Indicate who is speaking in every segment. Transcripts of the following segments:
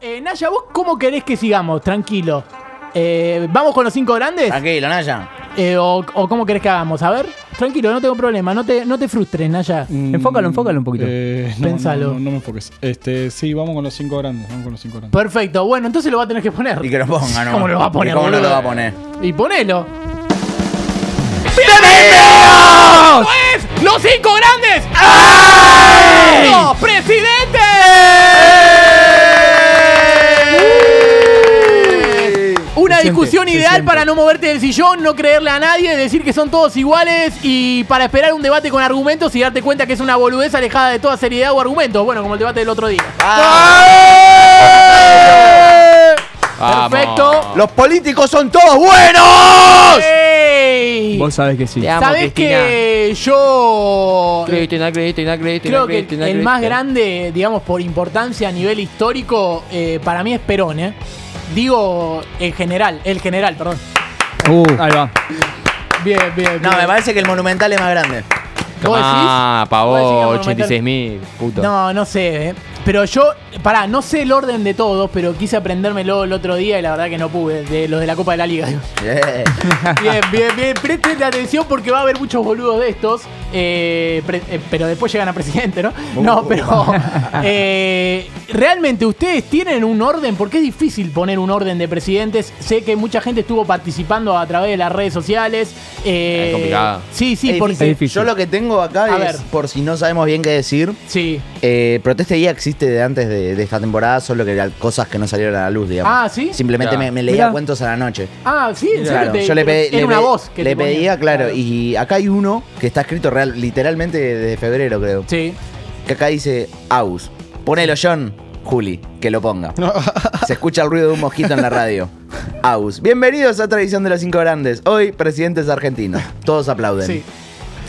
Speaker 1: Eh, Naya, ¿vos cómo querés que sigamos? Tranquilo. Eh, ¿Vamos con los cinco grandes?
Speaker 2: Tranquilo, Naya.
Speaker 1: Eh, o, o cómo querés que hagamos? A ver, tranquilo, no tengo problema. No te, no te frustres, Naya.
Speaker 2: Mm,
Speaker 3: Enfócalo, enfócalo un poquito.
Speaker 4: Mm, Eh, no,
Speaker 1: Pensalo.
Speaker 4: No, no, no me enfoques. Este, sí, vamos con los cinco grandes. Vamos con los cinco grandes.
Speaker 1: Perfecto, bueno, entonces lo va a tener que poner.
Speaker 2: Y que lo ponga, ¿no?
Speaker 1: ¿Cómo lo va a poner,
Speaker 2: ¿Y ¿Cómo no
Speaker 1: boludo?
Speaker 2: lo va a poner?
Speaker 1: Y ponelo. ¡Bienvenidos! es ¡Pues! ¡Los cinco grandes! ¡Los presidentes! Una
Speaker 3: Uh. Se siente,
Speaker 1: discusión
Speaker 3: se
Speaker 1: ideal
Speaker 3: siente.
Speaker 1: para no moverte del sillón, no creerle a nadie, decir que son todos iguales y para esperar un debate con argumentos y darte cuenta que es una boludez alejada de toda seriedad o argumentos. Bueno, como el debate del otro día. ¡Ah!
Speaker 3: ¡Eh!
Speaker 5: Vamos.
Speaker 1: Perfecto.
Speaker 2: ¡Ah! ¡Los políticos son todos buenos!
Speaker 1: ¡Ey!
Speaker 3: Vos sabés que sí.
Speaker 5: Te amo,
Speaker 1: Sabes
Speaker 5: Cristina.
Speaker 1: que yo eh,
Speaker 5: Cristina, Cristina, Cristina,
Speaker 1: creo que el,
Speaker 5: Cristina,
Speaker 1: el más
Speaker 5: Cristina.
Speaker 1: grande, digamos, por importancia a nivel histórico, eh, para mí es Perón, ¿eh? Digo, el general, el general, perdón.
Speaker 3: Uh, ahí va.
Speaker 1: Bien, bien,
Speaker 2: No,
Speaker 1: bien.
Speaker 2: me parece que el monumental es más grande.
Speaker 1: ¿Vos decís?
Speaker 5: Ah,
Speaker 1: ¿Vos decís que
Speaker 5: pavó,
Speaker 1: vamos a
Speaker 5: 86 mil, puto.
Speaker 1: No, no sé, ¿eh? Pero yo, pará, no sé el orden de todos, pero quise aprendérmelo el otro día y la verdad que no pude, de los de la Copa de la Liga. digo.
Speaker 2: Yeah.
Speaker 1: Bien, bien, bien. Presten atención porque va a haber muchos boludos de estos. eh, pre- eh, pero después llegan a presidente, ¿no?
Speaker 2: Uh.
Speaker 1: No, pero. eh, ¿Realmente ustedes tienen un orden? Porque es difícil poner un orden de presidentes. Sé que mucha gente estuvo participando a través de las redes sociales. eh,
Speaker 5: Es complicado.
Speaker 1: Sí, sí,
Speaker 2: Es
Speaker 1: porque.
Speaker 3: Es difícil.
Speaker 2: Yo lo que tengo acá
Speaker 1: A
Speaker 2: es,
Speaker 1: ver.
Speaker 2: por si no sabemos bien qué decir,
Speaker 1: Sí.
Speaker 2: eh, Protesta y Guía existe de antes de, de esta temporada, solo que eran cosas que no salieron a la luz, digamos.
Speaker 1: Ah, ¿sí?
Speaker 2: Simplemente
Speaker 5: Ya.
Speaker 2: me, me leía
Speaker 3: Mirá.
Speaker 2: cuentos a la noche.
Speaker 1: Ah, sí, en serio.
Speaker 2: Claro,
Speaker 1: te-
Speaker 2: yo le, pe-
Speaker 1: era
Speaker 2: le
Speaker 1: una
Speaker 2: pe-
Speaker 1: voz que
Speaker 2: le
Speaker 1: te ponían.
Speaker 2: pedía, claro, y acá hay uno que está escrito real, literalmente desde febrero, creo.
Speaker 1: Sí.
Speaker 2: Que acá dice Aus. Ponelo, John. Juli, que lo ponga. Se escucha el ruido de un mosquito en la radio. Aus. Bienvenidos a otra edición de los cinco grandes. Hoy, presidentes argentinos. Todos aplauden.
Speaker 1: Sí.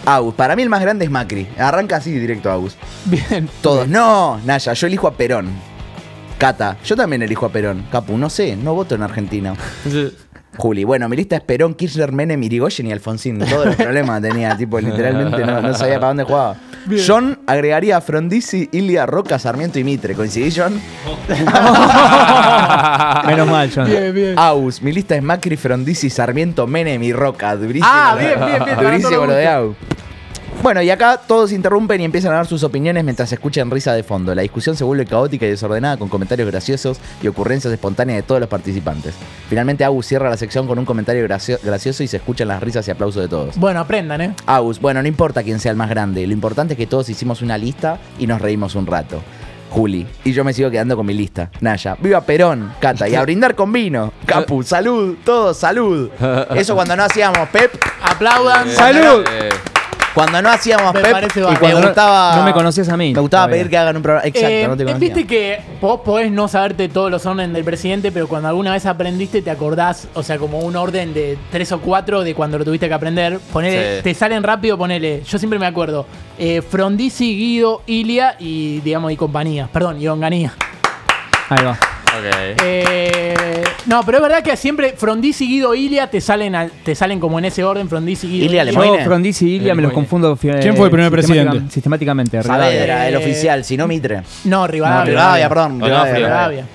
Speaker 2: Agus, para mí el más grande es Macri. Arranca así directo Agus.
Speaker 1: Bien.
Speaker 2: Todos, no, Naya, yo elijo a Perón. Cata, yo también elijo a Perón. Capu, no sé, no voto en Argentina. Juli, bueno, mi lista es Perón, Kirchner, Menem, Irigoyen y Alfonsín. Todos los problemas tenía, tipo, literalmente no, no sabía para dónde jugaba. John agregaría a Frondizi, Ilia, Roca, Sarmiento y Mitre. ¿Coincidís, John?
Speaker 3: Menos mal, John.
Speaker 1: Bien, bien.
Speaker 2: Aus, mi lista es Macri, Frondizi, Sarmiento, Menem y Roca. Durísimo.
Speaker 1: Ah,
Speaker 2: lo-
Speaker 1: bien, bien, bien, te ganó
Speaker 2: Durísimo
Speaker 1: todo
Speaker 2: lo de
Speaker 1: gusto.
Speaker 2: Aus. Bueno, y acá todos interrumpen y empiezan a dar sus opiniones mientras escuchan risa de fondo. La discusión se vuelve caótica y desordenada con comentarios graciosos y ocurrencias espontáneas de todos los participantes. Finalmente, Agus cierra la sección con un comentario gracio- gracioso y se escuchan las risas y aplausos de todos.
Speaker 1: Bueno, aprendan, ¿eh?
Speaker 2: Agus, bueno, no importa quién sea el más grande, lo importante es que todos hicimos una lista y nos reímos un rato. Juli, y yo me sigo quedando con mi lista. Naya, viva Perón, Cata, y a brindar con vino. Capu, salud, todos, salud. Eso cuando no hacíamos Pep,
Speaker 1: Aplaudan.
Speaker 5: Eh,
Speaker 3: ¡Salud!
Speaker 5: eh,
Speaker 2: cuando no hacíamos
Speaker 1: Me
Speaker 2: Pep,
Speaker 1: parece
Speaker 2: y
Speaker 1: bárbaro.
Speaker 2: cuando
Speaker 3: No-
Speaker 2: me gustaba.
Speaker 3: no me conocías a mí
Speaker 2: Me gustaba
Speaker 3: todavía.
Speaker 2: pedir que hagan un programa. Exacto,
Speaker 1: Eh,
Speaker 2: no te
Speaker 1: eh,
Speaker 2: conocía.
Speaker 1: Viste que vos podés no saberte todos los órdenes del presidente, pero cuando alguna vez aprendiste te acordás, o sea, como un orden de tres o cuatro de cuando lo tuviste que aprender. Ponele,
Speaker 5: Sí.
Speaker 1: te salen rápido, ponele. Yo siempre me acuerdo. Eh, Frondizi, Guido, Ilia y, digamos, y compañía. Perdón, y Onganía.
Speaker 3: Ahí va.
Speaker 5: ok.
Speaker 1: Eh, no, pero es verdad que siempre Frondizi, Guido, Ilia te salen, al- te salen como en ese orden, Frondizi, Guido.
Speaker 2: Ilia
Speaker 3: Yo,
Speaker 2: Lemoine.
Speaker 3: Frondizi y Ilia me los confundo. fi- eh,
Speaker 4: ¿Quién fue el primer
Speaker 3: sistemática-
Speaker 4: presidente?
Speaker 3: Sistemáticamente. Rivadavia.
Speaker 2: Saavedra, el
Speaker 1: Eh,
Speaker 2: oficial, si no Mitre.
Speaker 1: No,
Speaker 2: No,
Speaker 1: Rivadavia.
Speaker 2: Rivadavia, perdón.
Speaker 5: Rivadavia,
Speaker 2: Rivadavia.
Speaker 1: Rivadavia.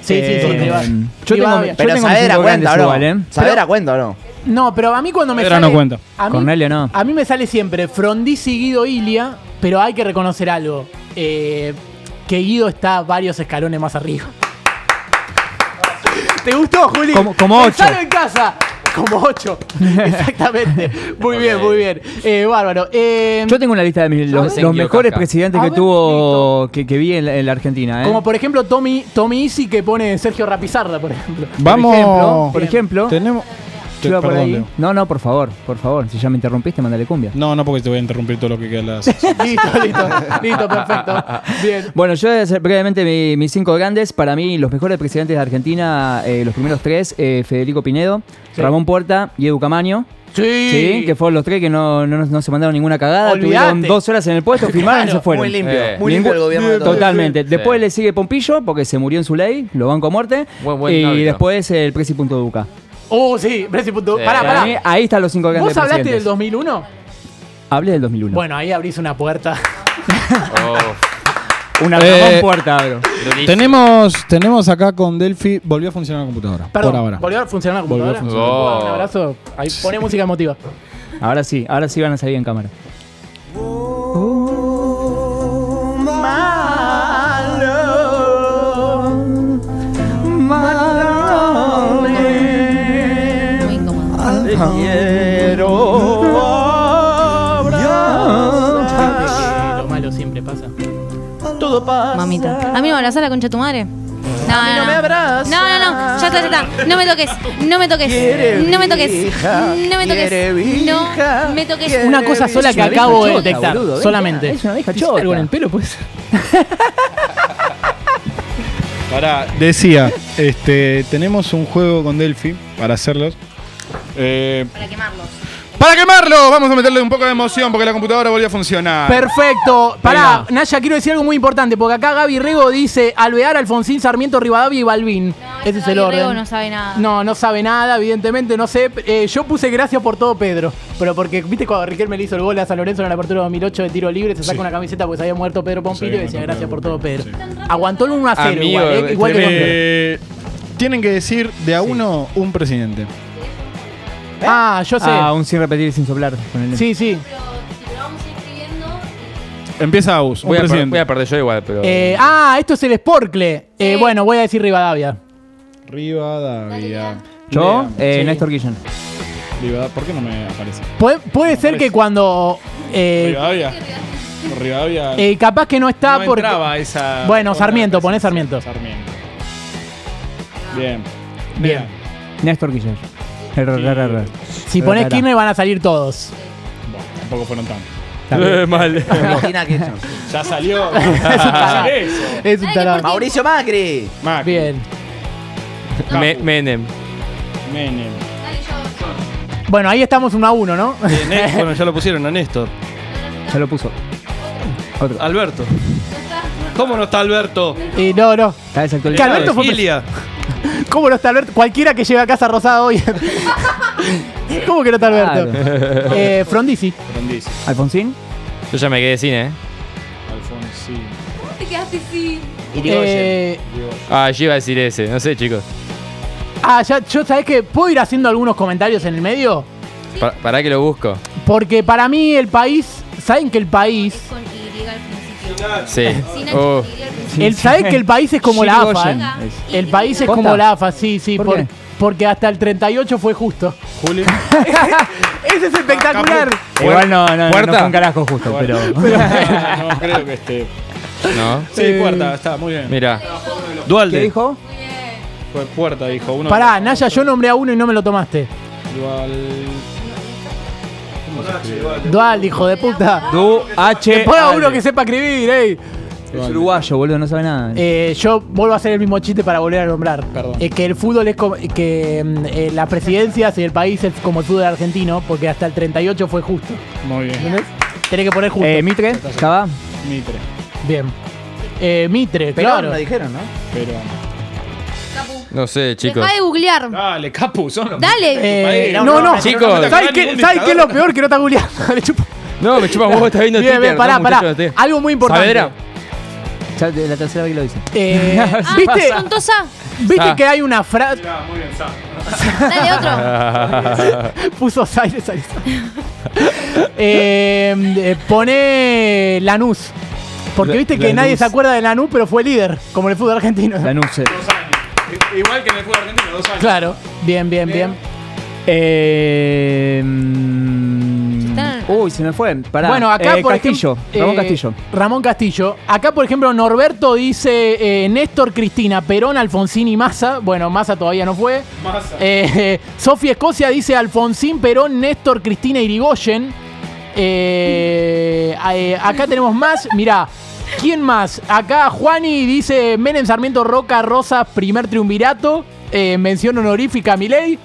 Speaker 1: Sí, sí, sí,
Speaker 3: Eh,
Speaker 1: Rivadavia.
Speaker 3: yo tengo-
Speaker 1: Rivadavia.
Speaker 2: Pero
Speaker 3: tengo mis
Speaker 2: Saavedra
Speaker 3: cinco
Speaker 2: cuenta,
Speaker 3: grandes
Speaker 2: ¿no?
Speaker 3: igual, ¿eh?
Speaker 2: Saavedra cuenta, ¿o no?
Speaker 1: No, pero a mí cuando me
Speaker 4: Pedro
Speaker 1: sale.
Speaker 4: no cuenta.
Speaker 1: A mí,
Speaker 3: Cornelio no.
Speaker 1: A mí me sale siempre Frondizi, Guido, Ilia, pero hay que reconocer algo. eh, que Guido está varios escalones más arriba. ¿Te gustó, Juli?
Speaker 3: Como- como ocho.
Speaker 1: Pensalo en casa. Como ocho. Exactamente. Muy bien, muy bien. Eh, bárbaro. Eh,
Speaker 3: Yo tengo una lista de mis- los,
Speaker 5: Se
Speaker 3: los
Speaker 5: equivoca
Speaker 3: mejores
Speaker 5: acá.
Speaker 3: presidentes
Speaker 1: A
Speaker 3: que
Speaker 1: ver,
Speaker 3: tuvo que, que vi en la, en la Argentina. ¿eh?
Speaker 1: como por ejemplo Tommy, Tommy Easy que pone Sergio Rapizarda, por ejemplo.
Speaker 4: Vamos.
Speaker 3: por ejemplo, por ejemplo
Speaker 4: Tenemos.
Speaker 3: yo iba por
Speaker 4: Perdón,
Speaker 3: ahí-
Speaker 4: Leo.
Speaker 3: No, no, por favor, por favor. Si ya me interrumpiste, mandale cumbia.
Speaker 4: No, no, porque te voy a interrumpir todo lo que queda en la sección.
Speaker 1: Listo, listo. Listo, perfecto. Bien.
Speaker 3: Bueno, yo voy a hacer brevemente mi- mis cinco grandes. Para mí, los mejores presidentes de Argentina, eh, los primeros tres, eh, Federico Pinedo,
Speaker 1: Sí.
Speaker 3: Ramón Puerta y Edu Camaño.
Speaker 1: Sí.
Speaker 3: Sí, que fueron los tres que no, no- no se mandaron ninguna cagada.
Speaker 1: Olvidate.
Speaker 3: Tuvieron dos horas en el puesto, firmaron y se fueron.
Speaker 2: Muy limpio.
Speaker 5: Eh,
Speaker 2: muy limpio
Speaker 3: ningún-
Speaker 2: el gobierno de todos.
Speaker 3: Totalmente.
Speaker 5: Sí.
Speaker 3: Después
Speaker 5: Sí.
Speaker 3: le sigue Pompillo, porque se murió en su ley, lo banco a muerte.
Speaker 5: Buen- buen
Speaker 3: y
Speaker 5: árbitro.
Speaker 3: después el Presi Punto Duca.
Speaker 1: Oh, sí, Presi punto.
Speaker 5: Sí.
Speaker 1: Pará,
Speaker 5: Para
Speaker 1: pará.
Speaker 3: Para mí, ahí están los cinco grandes
Speaker 1: ¿Vos hablaste del
Speaker 3: presidentes.
Speaker 1: 2001?
Speaker 3: Hablé del 2001.
Speaker 1: Bueno, ahí abrís una puerta.
Speaker 5: Oh,
Speaker 3: Una
Speaker 4: Eh,
Speaker 3: en puerta, bro.
Speaker 4: Tenemos, tenemos acá con Delphi. Volvió a funcionar la computadora.
Speaker 1: Perdón,
Speaker 4: por ahora.
Speaker 1: ¿volvió a funcionar la
Speaker 4: Volvió a
Speaker 1: computadora?
Speaker 4: funcionar.
Speaker 1: Wow, Un abrazo. Ahí pone música emotiva.
Speaker 3: Ahora sí, ahora sí van a salir en cámara.
Speaker 6: Muy incómodo.
Speaker 1: Lo malo siempre pasa.
Speaker 6: Mamita. A mí no me abrazás la concha de tu madre. No, no, no.
Speaker 2: me abrazas.
Speaker 6: No, no, no. Ya está, ya está. No me toques. No me
Speaker 2: Quiere
Speaker 6: toques. No me toques.
Speaker 2: vieja,
Speaker 6: No me
Speaker 2: quiere
Speaker 6: toques.
Speaker 2: vieja,
Speaker 6: No me toques.
Speaker 2: quiere
Speaker 1: Una cosa sola
Speaker 3: Es
Speaker 1: que
Speaker 3: una vieja
Speaker 1: acabo de
Speaker 3: chota,
Speaker 1: detectar.
Speaker 3: boludo, ven
Speaker 1: solamente.
Speaker 3: acá, es una vieja
Speaker 1: ¿Te hiciste
Speaker 3: chota.
Speaker 1: algo en el pelo, pues?
Speaker 4: Pará, decía, este, tenemos un juego con Delphi para hacerlos. Eh,
Speaker 6: Para quemarlos.
Speaker 4: ¡Para quemarlo! Vamos a meterle un poco de emoción porque la computadora volvió a funcionar.
Speaker 1: Perfecto. Pará, Naya, quiero decir algo muy importante, porque acá Gaby Rego dice Alvear, Alfonsín, Sarmiento, Rivadavia y Balvin.
Speaker 6: No,
Speaker 1: Ese
Speaker 6: eso
Speaker 1: es el
Speaker 6: Gaby Rego
Speaker 1: orden.
Speaker 6: no sabe nada.
Speaker 1: No, no sabe nada, evidentemente, no sé. Eh, yo puse gracias por todo, Pedro. Pero porque, viste, cuando Riquelme le hizo el gol a San Lorenzo en la apertura 2008 de tiro libre, se saca
Speaker 4: Sí.
Speaker 1: una camiseta porque se había muerto Pedro Pompilio
Speaker 4: Sí,
Speaker 1: y decía
Speaker 4: bueno,
Speaker 1: gracias por
Speaker 4: Pedro
Speaker 1: todo, Pedro.
Speaker 4: Pompilio,
Speaker 1: Aguantó el 1 a 0
Speaker 5: Amigo,
Speaker 1: igual, eh, igual que con Pedro.
Speaker 4: Eh, tienen que decir de a uno un presidente.
Speaker 1: Ah, yo sé.
Speaker 3: Ah, un sin repetir y sin soplar. ponele.
Speaker 1: Sí, sí.
Speaker 4: Empieza Agus, un
Speaker 5: Voy a, per- voy
Speaker 4: presidente.
Speaker 5: a perder yo igual, pero.
Speaker 1: Eh, ah, esto es el Sporcle. Eh,
Speaker 6: Sí.
Speaker 1: Bueno, voy a decir Rivadavia.
Speaker 4: Rivadavia.
Speaker 3: Yo,
Speaker 4: Lea.
Speaker 3: eh,
Speaker 1: Sí.
Speaker 3: Néstor Guillén.
Speaker 4: Rivadavia. ¿Por qué no me aparece?
Speaker 1: Puede, puede ser que cuando. eh,
Speaker 4: Rivadavia. Rivadavia.
Speaker 1: eh, capaz que no está
Speaker 4: no
Speaker 1: porque.
Speaker 4: entraba esa.
Speaker 1: Bueno,
Speaker 4: onda
Speaker 1: Sarmiento,
Speaker 4: de
Speaker 1: poné Sarmiento.
Speaker 4: presencia. Sarmiento. Bien.
Speaker 1: Bien.
Speaker 3: Néstor Guillén. Error, error, error.
Speaker 1: Si pones
Speaker 3: Era.
Speaker 1: Kirchner van a salir todos.
Speaker 4: Bueno, tampoco fueron tan.
Speaker 5: Eh, mal.
Speaker 2: Cristina Kirchner.
Speaker 4: Ya salió.
Speaker 1: Es un
Speaker 6: Ay,
Speaker 1: tarado.
Speaker 6: qué
Speaker 2: Mauricio Macri.
Speaker 4: Macri,
Speaker 1: Bien.
Speaker 5: Me- Menem.
Speaker 4: Menem.
Speaker 1: Bueno, ahí estamos uno a uno, ¿no?
Speaker 7: Eh, Néstor, bueno, ya lo pusieron a Néstor.
Speaker 3: Ya lo puso. Otro.
Speaker 7: Alberto. ¿Cómo no está Alberto?
Speaker 1: Y no, no.
Speaker 3: Está
Speaker 1: Que
Speaker 3: desactualizado.
Speaker 1: Alberto fue
Speaker 7: Ilia.
Speaker 1: ¿Cómo no está Alberto? Cualquiera que llegue a casa rosada hoy. ¿Cómo que no está Alberto? Eh, Frondizi.
Speaker 4: Frondizi.
Speaker 3: Alfonsín.
Speaker 5: Yo ya me quedé sin, ¿eh?
Speaker 4: Alfonsín.
Speaker 6: Te quedaste sin.
Speaker 1: Eh,
Speaker 5: Ah, yo iba a decir ese. No sé, chicos.
Speaker 1: ah, ya, yo sabés que puedo ir haciendo algunos comentarios en el medio.
Speaker 5: Pa- pará que lo busco.
Speaker 1: Porque para mí el país. Saben que el país.
Speaker 6: Con Y al principio.
Speaker 5: Sí.
Speaker 6: Sin
Speaker 5: Uh,
Speaker 6: H, Y al principio.
Speaker 1: El, saben que el país es como la AFA.
Speaker 3: Yrigoyen.
Speaker 1: ¿eh?
Speaker 6: Acá. Y-
Speaker 1: El país es
Speaker 3: ¿Posta?
Speaker 1: como la AFA, sí, sí.
Speaker 3: ¿Por
Speaker 1: por-
Speaker 3: qué?
Speaker 1: porque hasta el 38 fue justo.
Speaker 4: Juli.
Speaker 1: Ese es espectacular.
Speaker 3: Igual no, no, no,
Speaker 5: ¿Puerta?
Speaker 3: no fue un carajo justo, pero.
Speaker 4: no, no creo que esté.
Speaker 5: no.
Speaker 4: Sí,
Speaker 1: Eh,
Speaker 4: puerta, está, muy bien.
Speaker 5: Mira.
Speaker 3: ¿Qué
Speaker 7: Dualde.
Speaker 3: dijo?
Speaker 4: Fue puerta, dijo uno.
Speaker 1: Pará, Naya, yo nombré a uno y no me lo tomaste.
Speaker 4: Igual. ¿Cómo se escribe?
Speaker 1: Dual, hijo de puta.
Speaker 3: Du
Speaker 1: Que
Speaker 3: H.
Speaker 1: ponga
Speaker 3: Alde.
Speaker 1: uno que sepa escribir, ey.
Speaker 3: Es uruguayo, boludo, no sabe nada.
Speaker 1: Eh, yo vuelvo a hacer el mismo chiste para volver a nombrar.
Speaker 4: Perdón.
Speaker 1: Eh, que el fútbol es como. Que mm, eh, las presidencias y el país es como el fútbol argentino, porque hasta el 38 fue justo.
Speaker 4: Muy bien.
Speaker 1: ¿Entendés? Tenés que poner justo.
Speaker 3: Eh, Mitre, ya va.
Speaker 4: Mitre.
Speaker 1: Bien. Eh, Mitre,
Speaker 2: Perón
Speaker 1: claro.
Speaker 2: lo dijeron, ¿no?
Speaker 4: Pero.
Speaker 5: No sé, chicos.
Speaker 6: Dejá de googlear.
Speaker 4: Dale, Capu, son
Speaker 6: Dale.
Speaker 1: Eh,
Speaker 2: no,
Speaker 1: no, no.
Speaker 2: no,
Speaker 5: Chicos. no me
Speaker 1: ¿Sabes
Speaker 4: tocará
Speaker 1: qué,
Speaker 4: ningún
Speaker 1: ¿sabes qué es lo
Speaker 4: dictador?
Speaker 1: peor que no está googleando? Le chupa-
Speaker 5: No, me chupas huevo, está viendo
Speaker 1: Bien, bien,
Speaker 5: Twitter.
Speaker 1: pará,
Speaker 5: no,
Speaker 1: pará.
Speaker 5: muchacho, no te-
Speaker 1: Algo muy importante.
Speaker 5: Saavedra.
Speaker 3: Ya de la tercera vez que lo dice.
Speaker 1: Eh,
Speaker 6: Ah,
Speaker 1: ¿Viste,
Speaker 6: con Tosa.
Speaker 1: ¿viste
Speaker 5: Ah.
Speaker 1: que hay una frase?
Speaker 4: Muy bien,
Speaker 6: Dale otro.
Speaker 1: Puso Cyrus Ariza. eh, eh, pone Lanús. Porque
Speaker 3: La-
Speaker 1: viste que
Speaker 3: Lanús.
Speaker 1: nadie se acuerda de Lanús, pero fue líder, como en el fútbol argentino.
Speaker 3: La nuce.
Speaker 4: Igual que en el fútbol argentino, dos años.
Speaker 1: Claro, bien, bien, bien.
Speaker 3: Eh. mm,
Speaker 6: Chistán.
Speaker 3: Uy, se me fue. Pará.
Speaker 1: Em, Bueno, acá
Speaker 3: Eh,
Speaker 1: por
Speaker 3: Castillo.
Speaker 1: ejem-
Speaker 3: Ramón
Speaker 1: eh,
Speaker 3: Castillo.
Speaker 1: Ramón Castillo. Acá, por ejemplo, Norberto dice eh, Néstor Cristina, Perón, Alfonsín y Massa. Bueno, Massa todavía no fue.
Speaker 4: Massa.
Speaker 1: Eh, eh, Sofía Escocia dice Alfonsín, Perón, Néstor, Cristina Irigoyen. Eh, eh, acá tenemos más. Mirá, ¿quién más? Acá Juani dice Menem, Sarmiento, Roca, Rosa, primer triunvirato. Eh, mención honorífica a Milei.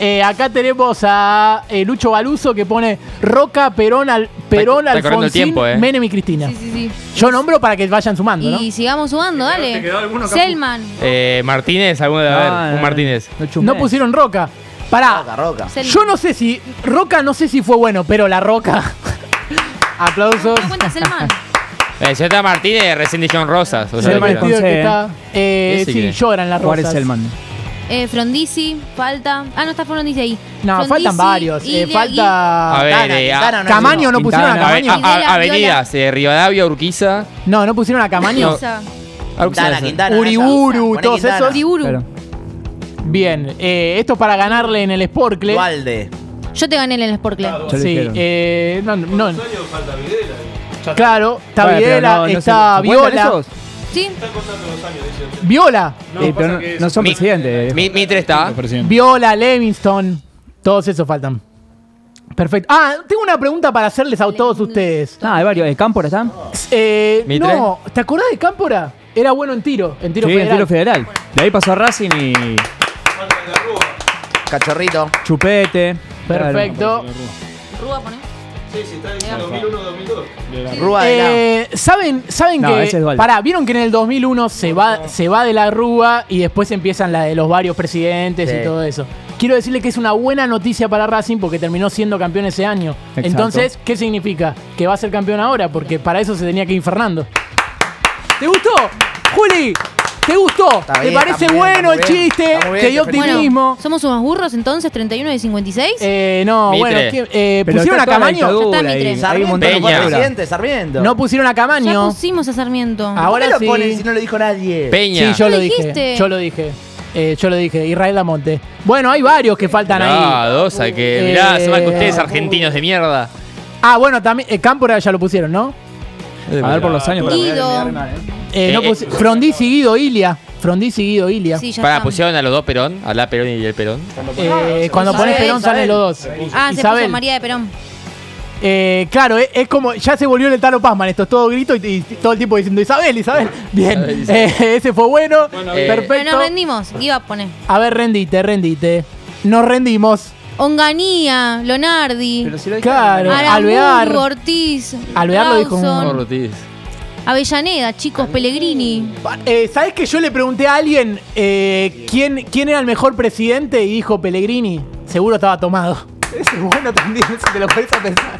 Speaker 1: Eh, acá tenemos a eh, Lucho Baluso que pone Roca, Perón, Al- Perón
Speaker 5: está corriendo
Speaker 1: Alfonsín,
Speaker 5: el tiempo, eh.
Speaker 1: Menem y Cristina.
Speaker 6: Sí, sí, sí.
Speaker 1: Yo nombro para que vayan sumando, ¿no?
Speaker 6: Y sigamos sumando, dale. Selman.
Speaker 5: Eh, Martínez, alguno de haber.
Speaker 3: Ah,
Speaker 5: un Martínez.
Speaker 3: No, chusmé.
Speaker 1: No pusieron Roca. Pará,
Speaker 2: Roca, roca.
Speaker 6: Selman.
Speaker 1: Yo no sé si. Roca no sé si fue bueno, pero la Roca. Aplausos.
Speaker 6: ¿Te das cuenta, Selman?
Speaker 5: Eh, si está Martínez, recién dijeron Rosas. o sea,
Speaker 1: el
Speaker 3: Selman
Speaker 5: que-
Speaker 3: Martínez.
Speaker 1: partido que
Speaker 3: Ponce.
Speaker 1: está. Eh,
Speaker 5: Ese
Speaker 1: sí,
Speaker 5: que-
Speaker 1: lloran las
Speaker 3: Juárez
Speaker 1: rosas.
Speaker 3: Selman.
Speaker 6: Eh, Frondizi, falta. Ah, no está Frondizi ahí.
Speaker 1: No,
Speaker 6: Frondizi,
Speaker 1: faltan varios. Eh,
Speaker 6: Ilia,
Speaker 1: falta.
Speaker 5: A ver,
Speaker 1: Quintana,
Speaker 5: eh, a-
Speaker 1: Quintana no Camaño no pusieron a
Speaker 3: Quintana.
Speaker 5: A ver,
Speaker 1: Camaño.
Speaker 5: a- a-
Speaker 6: Viola,
Speaker 5: avenidas, eh, Rivadavia, Urquiza.
Speaker 1: No, no pusieron a
Speaker 6: Gui-
Speaker 1: Camaño.
Speaker 6: Guiza,
Speaker 2: Quintana, Quintana.
Speaker 1: Uriburu,
Speaker 2: esa. Poné
Speaker 1: todos
Speaker 2: Quintana.
Speaker 1: esos.
Speaker 6: Uriburu.
Speaker 3: Claro.
Speaker 1: Bien, eh, esto es para ganarle en el Sportle.
Speaker 2: Dualde.
Speaker 6: Yo te gané en el Sportclub.
Speaker 3: Ya lo
Speaker 1: Sí,
Speaker 3: dijeron.
Speaker 1: eh, no, no. Claro, está
Speaker 3: Bueno, pero
Speaker 1: Videla,
Speaker 3: no- no se-
Speaker 1: está
Speaker 3: ¿se cuentan
Speaker 1: Viola.
Speaker 3: esos?
Speaker 6: ¿Sí?
Speaker 1: Viola,
Speaker 3: Eh, pero no, no son
Speaker 5: Mi-
Speaker 3: presidentes.
Speaker 5: Mi- Mitre está.
Speaker 4: Presidente.
Speaker 1: Viola, Levingston. Todos esos faltan. Perfecto. Ah, tengo una pregunta para hacerles a todos ustedes.
Speaker 3: Ah, hay varios. ¿El Cámpora están?
Speaker 1: Eh,
Speaker 5: ¿Mitre?
Speaker 1: no, ¿te acordás de Cámpora? Era bueno en tiro, en tiro
Speaker 3: sí,
Speaker 1: federal.
Speaker 3: el tiro federal. De ahí pasó a Racing y
Speaker 2: Cachorrito.
Speaker 3: Chupete.
Speaker 1: Perfecto.
Speaker 6: Rúa, poné.
Speaker 2: Rúa de la-
Speaker 1: Eh, ¿Saben, saben
Speaker 3: No,
Speaker 1: que.
Speaker 3: ese es Dualde.
Speaker 1: pará, vieron que en el 2001 se va, se va de la Rúa y después empiezan la de los varios presidentes
Speaker 2: Sí.
Speaker 1: y todo eso. Quiero decirle que es una buena noticia para Racing porque terminó siendo campeón ese año.
Speaker 3: Exacto.
Speaker 1: Entonces, ¿qué significa? Que va a ser campeón ahora porque para eso se tenía que ir Fernando. ¿Te gustó? Juli, ¿te gustó?
Speaker 2: Está
Speaker 1: ¿Te
Speaker 2: bien,
Speaker 1: parece
Speaker 2: está muy bien,
Speaker 1: bueno el
Speaker 2: está muy bien.
Speaker 1: chiste?
Speaker 2: Está muy
Speaker 1: ¿Te
Speaker 2: bien,
Speaker 1: dio
Speaker 2: te felicito.
Speaker 1: optimismo?
Speaker 6: Bueno, ¿somos unos burros entonces? ¿31 de 56?
Speaker 1: Eh, no,
Speaker 5: Mitre.
Speaker 1: bueno, ¿quién- eh,
Speaker 3: Pero
Speaker 1: ¿pusieron
Speaker 3: está
Speaker 1: a
Speaker 3: toda la
Speaker 1: Camaño?
Speaker 3: dictadura
Speaker 6: Ya está,
Speaker 3: ahí.
Speaker 6: Mitre.
Speaker 3: Hay un montón de
Speaker 2: Sarmiento,
Speaker 5: Peña.
Speaker 2: fue
Speaker 3: dictadura.
Speaker 2: presidente, Sarmiento.
Speaker 1: No pusieron a
Speaker 6: ya
Speaker 1: Camaño.
Speaker 6: pusimos a
Speaker 1: Ah,
Speaker 6: Sarmiento.
Speaker 2: ¿Por qué
Speaker 1: ahora
Speaker 2: lo
Speaker 1: sí.
Speaker 2: ponen si no lo dijo nadie?
Speaker 5: Peña.
Speaker 1: Sí, yo
Speaker 6: Lo
Speaker 1: lo dije.
Speaker 6: dijiste.
Speaker 1: Yo lo dije. Eh, yo lo dije. Israel Lamonte. Bueno, hay varios que faltan
Speaker 5: Ah,
Speaker 1: ahí.
Speaker 5: dos, hay que. Mirá,
Speaker 1: Eh,
Speaker 5: se van que ustedes, argentinos de mierda.
Speaker 1: Ah, bueno, también. eh, Cámpora ya lo pusieron, ¿no?
Speaker 3: A ver por los años. para-
Speaker 6: Guido.
Speaker 1: Eh, no
Speaker 5: Eh,
Speaker 1: pus-
Speaker 5: eh.
Speaker 1: Frondizi, Guido, Ilia. Frondizi, Guido, Ilia.
Speaker 6: Sí, ya
Speaker 5: Para,
Speaker 6: está.
Speaker 5: pusieron a los dos Perón, a la Perón y el Perón.
Speaker 6: Ah,
Speaker 1: Eh, cuando
Speaker 6: Isabel,
Speaker 1: pones Perón salen
Speaker 2: Isabel.
Speaker 1: los dos.
Speaker 6: Ah, se puso
Speaker 1: Isabel.
Speaker 6: María de Perón.
Speaker 1: Eh, claro, es, es como. Ya se volvió el Talo Pazman. Esto es todo grito y, y todo el tiempo diciendo Isabel, Isabel. Bien.
Speaker 5: Isabel, Isabel.
Speaker 1: Eh, ese fue bueno.
Speaker 5: bien.
Speaker 1: perfecto.
Speaker 6: Pero nos rendimos. Iba a poner.
Speaker 1: A ver, rendite, rendite. Nos rendimos.
Speaker 6: Onganía, Lonardi,
Speaker 3: Pero si lo
Speaker 1: Claro.
Speaker 3: dijeron,
Speaker 1: Alvear.
Speaker 6: Alvear, Ortiz,
Speaker 1: Alvear lo dijo un-
Speaker 6: Rawson,
Speaker 5: Ortiz.
Speaker 6: Avellaneda, chicos, Pellegrini.
Speaker 1: Pa- eh, ¿Sabes que yo le pregunté a alguien eh, quién, quién era el mejor presidente y dijo Pellegrini? Seguro estaba tomado. Ese es bueno también, si te lo pones a pensar.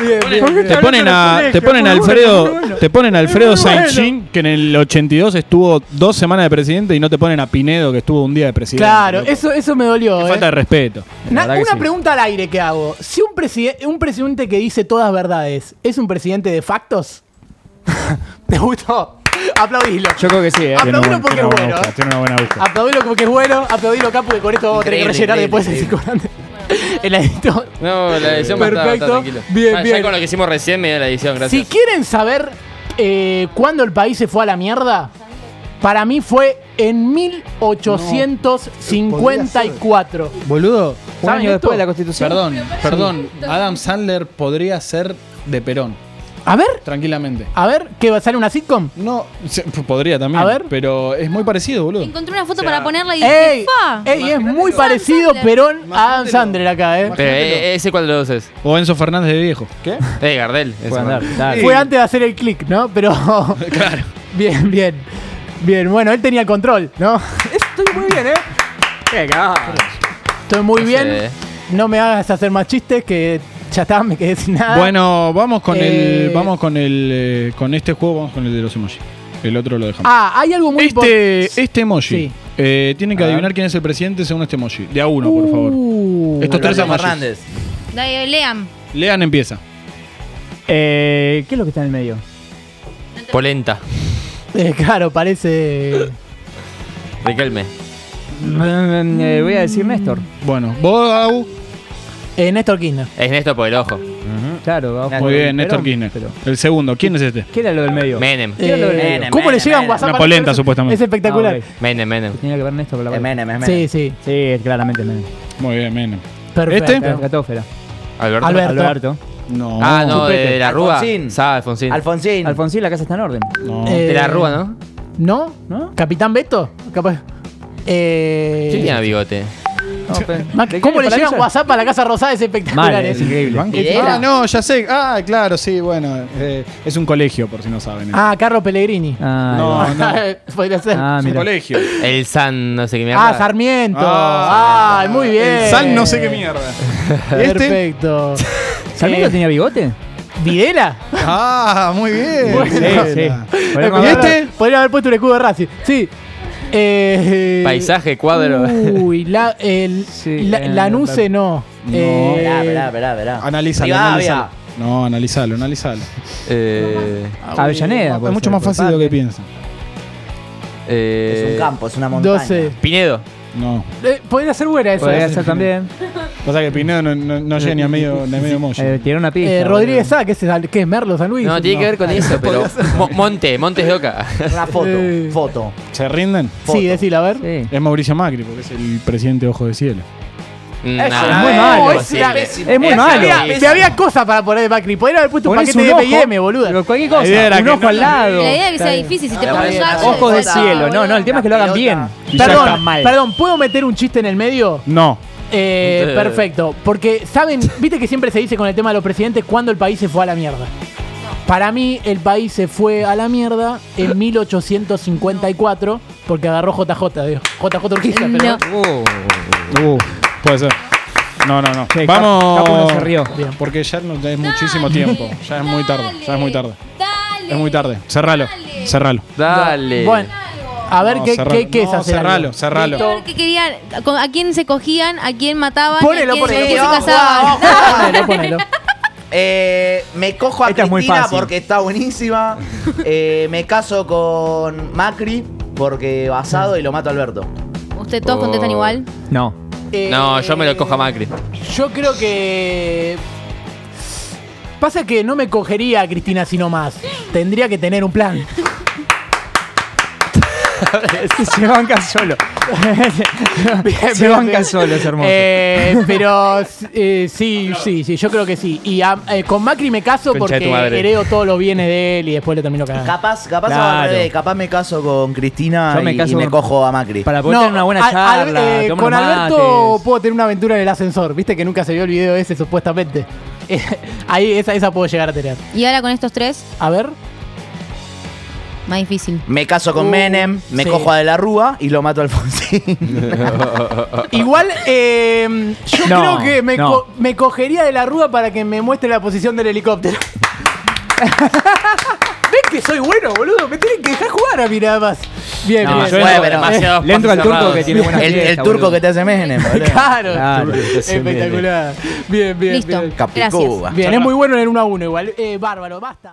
Speaker 1: Bien, bien, bien.
Speaker 4: Te ponen a, te ponen a Alfredo, te ponen a Alfredo
Speaker 1: Muy bueno.
Speaker 4: Sanchín, que en el 82 estuvo dos semanas de presidente y no te ponen a Pinedo que estuvo un día de presidente.
Speaker 1: Claro,
Speaker 4: loco.
Speaker 1: eso, eso me dolió.
Speaker 4: Qué
Speaker 1: eh.
Speaker 4: falta de respeto.
Speaker 1: Na-
Speaker 3: verdad que
Speaker 1: una
Speaker 3: sí.
Speaker 1: pregunta al aire que hago. Si un, preside- un presidente que dice todas verdades, ¿es un presidente de factos? ¿Te gustó? Aplaudilo.
Speaker 3: Yo creo que sí, ¿eh?
Speaker 1: Aplaudilo
Speaker 4: buen-
Speaker 1: porque es
Speaker 4: una buena
Speaker 1: bueno.
Speaker 4: búsqueda,
Speaker 1: eh.
Speaker 4: tiene una buena búsqueda.
Speaker 1: Aplaudilo porque es bueno. Aplaudilo, Capu, que con esto vamos a tener que
Speaker 2: Increíble,
Speaker 1: rellenar después el
Speaker 2: increíble,
Speaker 1: psicogrante. El editor.
Speaker 5: No, la edición va a estar-
Speaker 1: Perfecto.
Speaker 5: está tranquilo.
Speaker 1: Bien,
Speaker 5: Ah, ya
Speaker 1: bien.
Speaker 5: con lo que hicimos recién me dio la edición,
Speaker 1: Si
Speaker 5: gracias.
Speaker 1: quieren saber eh, cuándo el país se fue a la mierda, para mí fue en 1854.
Speaker 8: Boludo,
Speaker 3: Un
Speaker 1: ¿Saben
Speaker 3: año
Speaker 1: esto?
Speaker 3: después de la Constitución.
Speaker 8: perdón, perdón. Adam Sandler podría ser de Perón,
Speaker 1: A ver,
Speaker 8: tranquilamente.
Speaker 1: a ver, ¿qué va a salir una sitcom?
Speaker 4: No, se- p- podría también.
Speaker 1: A ver.
Speaker 4: Pero es muy parecido, boludo.
Speaker 6: Encontré una foto para ponerla y
Speaker 1: ¡Ey!
Speaker 6: dije, fa.
Speaker 1: ¡Ey! Es muy parecido
Speaker 6: Sandler.
Speaker 1: Perón a Adam Sandler acá, ¿eh?
Speaker 5: Pero eh, ese cuál de los dos es.
Speaker 4: O Enzo Fernández de viejo. ¿Qué?
Speaker 5: Eh, Gardel. ese
Speaker 3: Puede andar,
Speaker 5: man.
Speaker 3: dale.
Speaker 1: Fue antes de hacer el click, ¿no? Pero.
Speaker 4: Claro.
Speaker 1: bien, bien. Bien, bueno, él tenía el control, ¿no? Estoy muy bien, ¿eh? Estoy muy
Speaker 5: No
Speaker 1: bien.
Speaker 5: sé.
Speaker 1: No me hagas hacer más chistes que ya está, me quedé sin nada.
Speaker 4: Bueno, vamos con
Speaker 1: Ah, Eh.
Speaker 4: el. Vamos con el. eh, con este juego, vamos con el de los emojis. El otro lo dejamos.
Speaker 1: Ah, hay algo muy
Speaker 4: este,
Speaker 1: importante.
Speaker 4: este emoji.
Speaker 1: Sí.
Speaker 4: Eh, tienen que
Speaker 3: A ver.
Speaker 4: adivinar quién es el presidente según este emoji. De a uno,
Speaker 1: Uh.
Speaker 4: por favor. Estos tres
Speaker 2: Alberto
Speaker 4: emojis.
Speaker 2: Fernández.
Speaker 6: Dale, lean.
Speaker 4: Lean empieza.
Speaker 3: Eh, ¿Qué es lo que está en el medio?
Speaker 5: Polenta.
Speaker 1: Eh, claro, parece.
Speaker 5: Riquelme.
Speaker 3: Mm, eh, voy a decir Néstor.
Speaker 4: Bueno, vos, Au.
Speaker 1: Eh, Néstor Kirchner.
Speaker 5: Es Néstor por el ojo.
Speaker 3: Claro, vamos por
Speaker 4: Muy bien, Néstor
Speaker 3: Perón,
Speaker 4: Kirchner.
Speaker 3: pero-
Speaker 4: El segundo, ¿quién es este?
Speaker 3: ¿Qué era lo del medio?
Speaker 5: Menem.
Speaker 1: Eh,
Speaker 3: lo leo.
Speaker 2: Menem,
Speaker 1: ¿Cómo le
Speaker 2: Menem,
Speaker 1: llega un
Speaker 2: Menem.
Speaker 1: WhatsApp?
Speaker 4: Una
Speaker 1: a
Speaker 4: polenta,
Speaker 1: Néstor?
Speaker 4: supuestamente.
Speaker 1: Es espectacular.
Speaker 3: Ah, ok.
Speaker 5: Menem, Menem.
Speaker 3: Tenía que ver Néstor con la
Speaker 2: Es
Speaker 3: bola.
Speaker 2: Menem, es
Speaker 1: Sí,
Speaker 2: Menem.
Speaker 1: sí.
Speaker 3: Sí, claramente Menem.
Speaker 4: Muy bien, Menem.
Speaker 1: Perfecto.
Speaker 4: ¿Este?
Speaker 3: La catófera.
Speaker 5: Alberto.
Speaker 1: Alberto.
Speaker 3: Alberto.
Speaker 4: No.
Speaker 5: Ah, no, de, de la Rúa.
Speaker 2: Alfonsín.
Speaker 5: Sa, Alfonsín.
Speaker 2: Alfonsín.
Speaker 3: Alfonsín, la casa está en orden.
Speaker 4: No.
Speaker 1: Eh,
Speaker 5: de la Rúa, ¿no?
Speaker 1: ¿No?
Speaker 3: ¿No?
Speaker 1: ¿Capitán Beto? Capaz. Eh,
Speaker 5: ¿Quién tiene bigote?
Speaker 3: No, pe-
Speaker 1: Mac,
Speaker 3: ¿de qué
Speaker 1: ¿Cómo le
Speaker 3: para
Speaker 1: llega un
Speaker 3: ella?
Speaker 1: WhatsApp a la Casa Rosada? Es espectacular.
Speaker 3: Mal, es
Speaker 1: eh.
Speaker 3: increíble.
Speaker 2: Videla.
Speaker 4: Ah, no, ya sé. Ah, claro, sí, bueno. eh, es un colegio, por si no saben.
Speaker 1: Ah, Carlos Pellegrini.
Speaker 3: Ah,
Speaker 4: No, no.
Speaker 1: Podría ser. Ah,
Speaker 3: Ah,
Speaker 4: es un
Speaker 3: mira.
Speaker 4: colegio.
Speaker 5: El San, no sé qué mierda.
Speaker 1: Sarmiento.
Speaker 4: Ah,
Speaker 1: Ah, muy bien.
Speaker 4: El San no sé qué mierda. ¿Y este?
Speaker 1: Perfecto.
Speaker 3: ¿Sarmiento
Speaker 1: Eh,
Speaker 3: tenía bigote?
Speaker 1: ¿Videla?
Speaker 4: Ah, muy bien.
Speaker 1: Bueno,
Speaker 4: Elena.
Speaker 3: Bueno,
Speaker 1: Podría
Speaker 4: ¿Viste?
Speaker 1: haber- Podría haber puesto un escudo de Racing. Sí. Eh,
Speaker 5: Paisaje, cuadro.
Speaker 1: Uy, la, el,
Speaker 3: Sí,
Speaker 1: la,
Speaker 3: eh,
Speaker 1: Lanuse no. Eh,
Speaker 2: Verá, verá, verá, verá.
Speaker 1: Ah,
Speaker 4: Analízalo,
Speaker 2: Rivadavia.
Speaker 4: analízalo. No, analízalo, analízalo.
Speaker 5: Eh,
Speaker 3: Avellaneda.
Speaker 4: es
Speaker 3: puede
Speaker 4: mucho
Speaker 3: ser,
Speaker 4: más
Speaker 3: por
Speaker 4: fácil de lo
Speaker 3: parte.
Speaker 4: que piensan.
Speaker 5: eh,
Speaker 2: Es un campo,
Speaker 1: Eh,
Speaker 2: es una montaña.
Speaker 1: 12.
Speaker 5: Pinedo.
Speaker 4: No.
Speaker 1: Eh, podría ser buena esa.
Speaker 3: Podría ser también.
Speaker 4: Pasa que Pinedo no, no, no llega ni a medio, ni a medio molle.
Speaker 3: Eh, tiene una pista.
Speaker 1: Eh,
Speaker 3: boludo.
Speaker 1: Rodríguez A, que es, que es Merlo San Luis.
Speaker 5: No, tiene que ver con eso, pero. Mo- Monte, Montes de Oca.
Speaker 2: Una foto,
Speaker 1: Eh.
Speaker 2: foto.
Speaker 4: ¿Se rinden?
Speaker 1: Sí, decilo, a ver.
Speaker 3: Sí.
Speaker 4: Es Mauricio Macri, porque es el presidente Ojo de Cielo.
Speaker 5: Nah,
Speaker 2: Eso
Speaker 1: es muy malo.
Speaker 5: imposible.
Speaker 1: Es la- es
Speaker 3: muy
Speaker 5: Ese
Speaker 3: malo.
Speaker 5: había-
Speaker 1: Había, me había cosas para poner de Macri. Podría haber puesto un
Speaker 3: Ponés
Speaker 1: paquete de
Speaker 3: ojo,
Speaker 1: M&M, boluda.
Speaker 3: Pero cualquier
Speaker 4: La idea
Speaker 3: cosa.
Speaker 4: era
Speaker 3: Un
Speaker 4: que
Speaker 3: ojo
Speaker 4: no-
Speaker 3: al lado.
Speaker 6: La idea es que sea
Speaker 3: Está bien.
Speaker 6: difícil. Si te
Speaker 2: Está
Speaker 6: pones un
Speaker 2: bien,
Speaker 6: gallo.
Speaker 3: Ojos del
Speaker 6: ya está,
Speaker 3: cielo. No, no, el tema es que lo hagan
Speaker 2: Pelota.
Speaker 3: bien.
Speaker 4: Y ya está
Speaker 1: Perdón,
Speaker 4: mal.
Speaker 1: perdón, ¿puedo meter un chiste en el medio?
Speaker 4: No.
Speaker 1: Eh,
Speaker 5: Eh.
Speaker 1: perfecto, porque saben, viste que siempre se dice con el tema de los presidentes cuando el país se fue a la mierda. Para mí el país se fue a la mierda en 1854 porque agarró JJ, digo, JJ Urquiza,
Speaker 6: No.
Speaker 1: perdón.
Speaker 4: Uh, puede ser. No, no, no.
Speaker 3: Sí, Cap-
Speaker 4: Vamos.
Speaker 3: Capu no se rió.
Speaker 1: Bien.
Speaker 4: Porque ya no es muchísimo tiempo. Ya es muy tarde. Ya es muy tarde.
Speaker 6: Dale.
Speaker 4: Es muy tarde. Cerralo. Cerralo.
Speaker 5: Dale.
Speaker 1: Bueno, a ver
Speaker 4: No,
Speaker 1: qué,
Speaker 4: cerralo.
Speaker 1: qué, qué es
Speaker 4: No,
Speaker 1: hacer
Speaker 4: cerralo,
Speaker 1: algo.
Speaker 4: cerralo.
Speaker 1: Listo.
Speaker 6: Que querían, con- a quién se cogían, a quién mataban,
Speaker 1: Ponelo,
Speaker 6: a quién,
Speaker 1: ponelo,
Speaker 6: a quién se
Speaker 2: ponelo.
Speaker 6: casaban.
Speaker 2: Vamos, vamos.
Speaker 1: Ponelo, ponelo.
Speaker 2: Eh, me cojo a
Speaker 3: Esta es muy
Speaker 2: Cristina
Speaker 3: fácil.
Speaker 2: porque está buenísima. Eh, me caso con Macri porque basado y lo mato a Alberto.
Speaker 6: Ustedes todos
Speaker 5: Oh.
Speaker 6: contestan igual.
Speaker 3: No.
Speaker 1: Eh,
Speaker 5: No, yo me lo cojo a Macri.
Speaker 1: Yo creo que pasa que no me cogería a Cristina sino más. Tendría que tener un plan.
Speaker 3: Se banca solo. Se banca solo, es hermoso.
Speaker 1: Eh, pero eh, sí, sí, sí, yo creo que sí. Y a- eh, con Macri me caso
Speaker 5: Concha de
Speaker 1: porque
Speaker 5: tu madre.
Speaker 1: hereo todos los bienes de él y después le termino cagando.
Speaker 2: Capaz, capaz
Speaker 3: Claro.
Speaker 2: va al revés, capaz me caso con Cristina
Speaker 3: Yo me
Speaker 2: y,
Speaker 3: caso
Speaker 2: y me
Speaker 3: con-
Speaker 2: cojo a Macri.
Speaker 3: Para poder
Speaker 1: No,
Speaker 3: tener una buena
Speaker 1: al- al-
Speaker 3: charla.
Speaker 1: eh,
Speaker 3: tomar
Speaker 1: con
Speaker 3: unos
Speaker 1: Alberto
Speaker 3: mates.
Speaker 1: puedo tener una aventura en el ascensor. Viste que nunca se vio el video ese, supuestamente. Eh, ahí esa, esa puedo llegar a tener.
Speaker 6: Y ahora con estos tres,
Speaker 1: A ver.
Speaker 6: más difícil.
Speaker 2: Me caso con
Speaker 1: Uh,
Speaker 2: Menem, me
Speaker 1: sí.
Speaker 2: cojo a De la Rúa y lo mato a Alfonsín.
Speaker 1: Igual, eh, yo
Speaker 3: No,
Speaker 1: creo que me,
Speaker 3: no.
Speaker 1: co- me cogería de la rúa para que me muestre la posición del helicóptero. ¿Ves que soy bueno, boludo? Me tienen que dejar jugar a mí nada más. Bien,
Speaker 5: No,
Speaker 1: bien.
Speaker 5: yo
Speaker 2: Bueno,
Speaker 5: entro
Speaker 2: pero-
Speaker 5: demasiados
Speaker 3: Le entro al
Speaker 5: pasos
Speaker 3: turco
Speaker 5: cerrados.
Speaker 3: que tiene buena
Speaker 2: el, el
Speaker 3: fiesta,
Speaker 2: turco
Speaker 3: boludo.
Speaker 2: que te hace Menem, boludo.
Speaker 1: Claro.
Speaker 3: Claro.
Speaker 1: Espectacular. Bien, bien.
Speaker 6: Listo.
Speaker 1: Bien,
Speaker 2: Capicúa.
Speaker 6: Gracias.
Speaker 1: Bien, es muy bueno en el 1 a 1 igual. Eh, bárbaro, basta.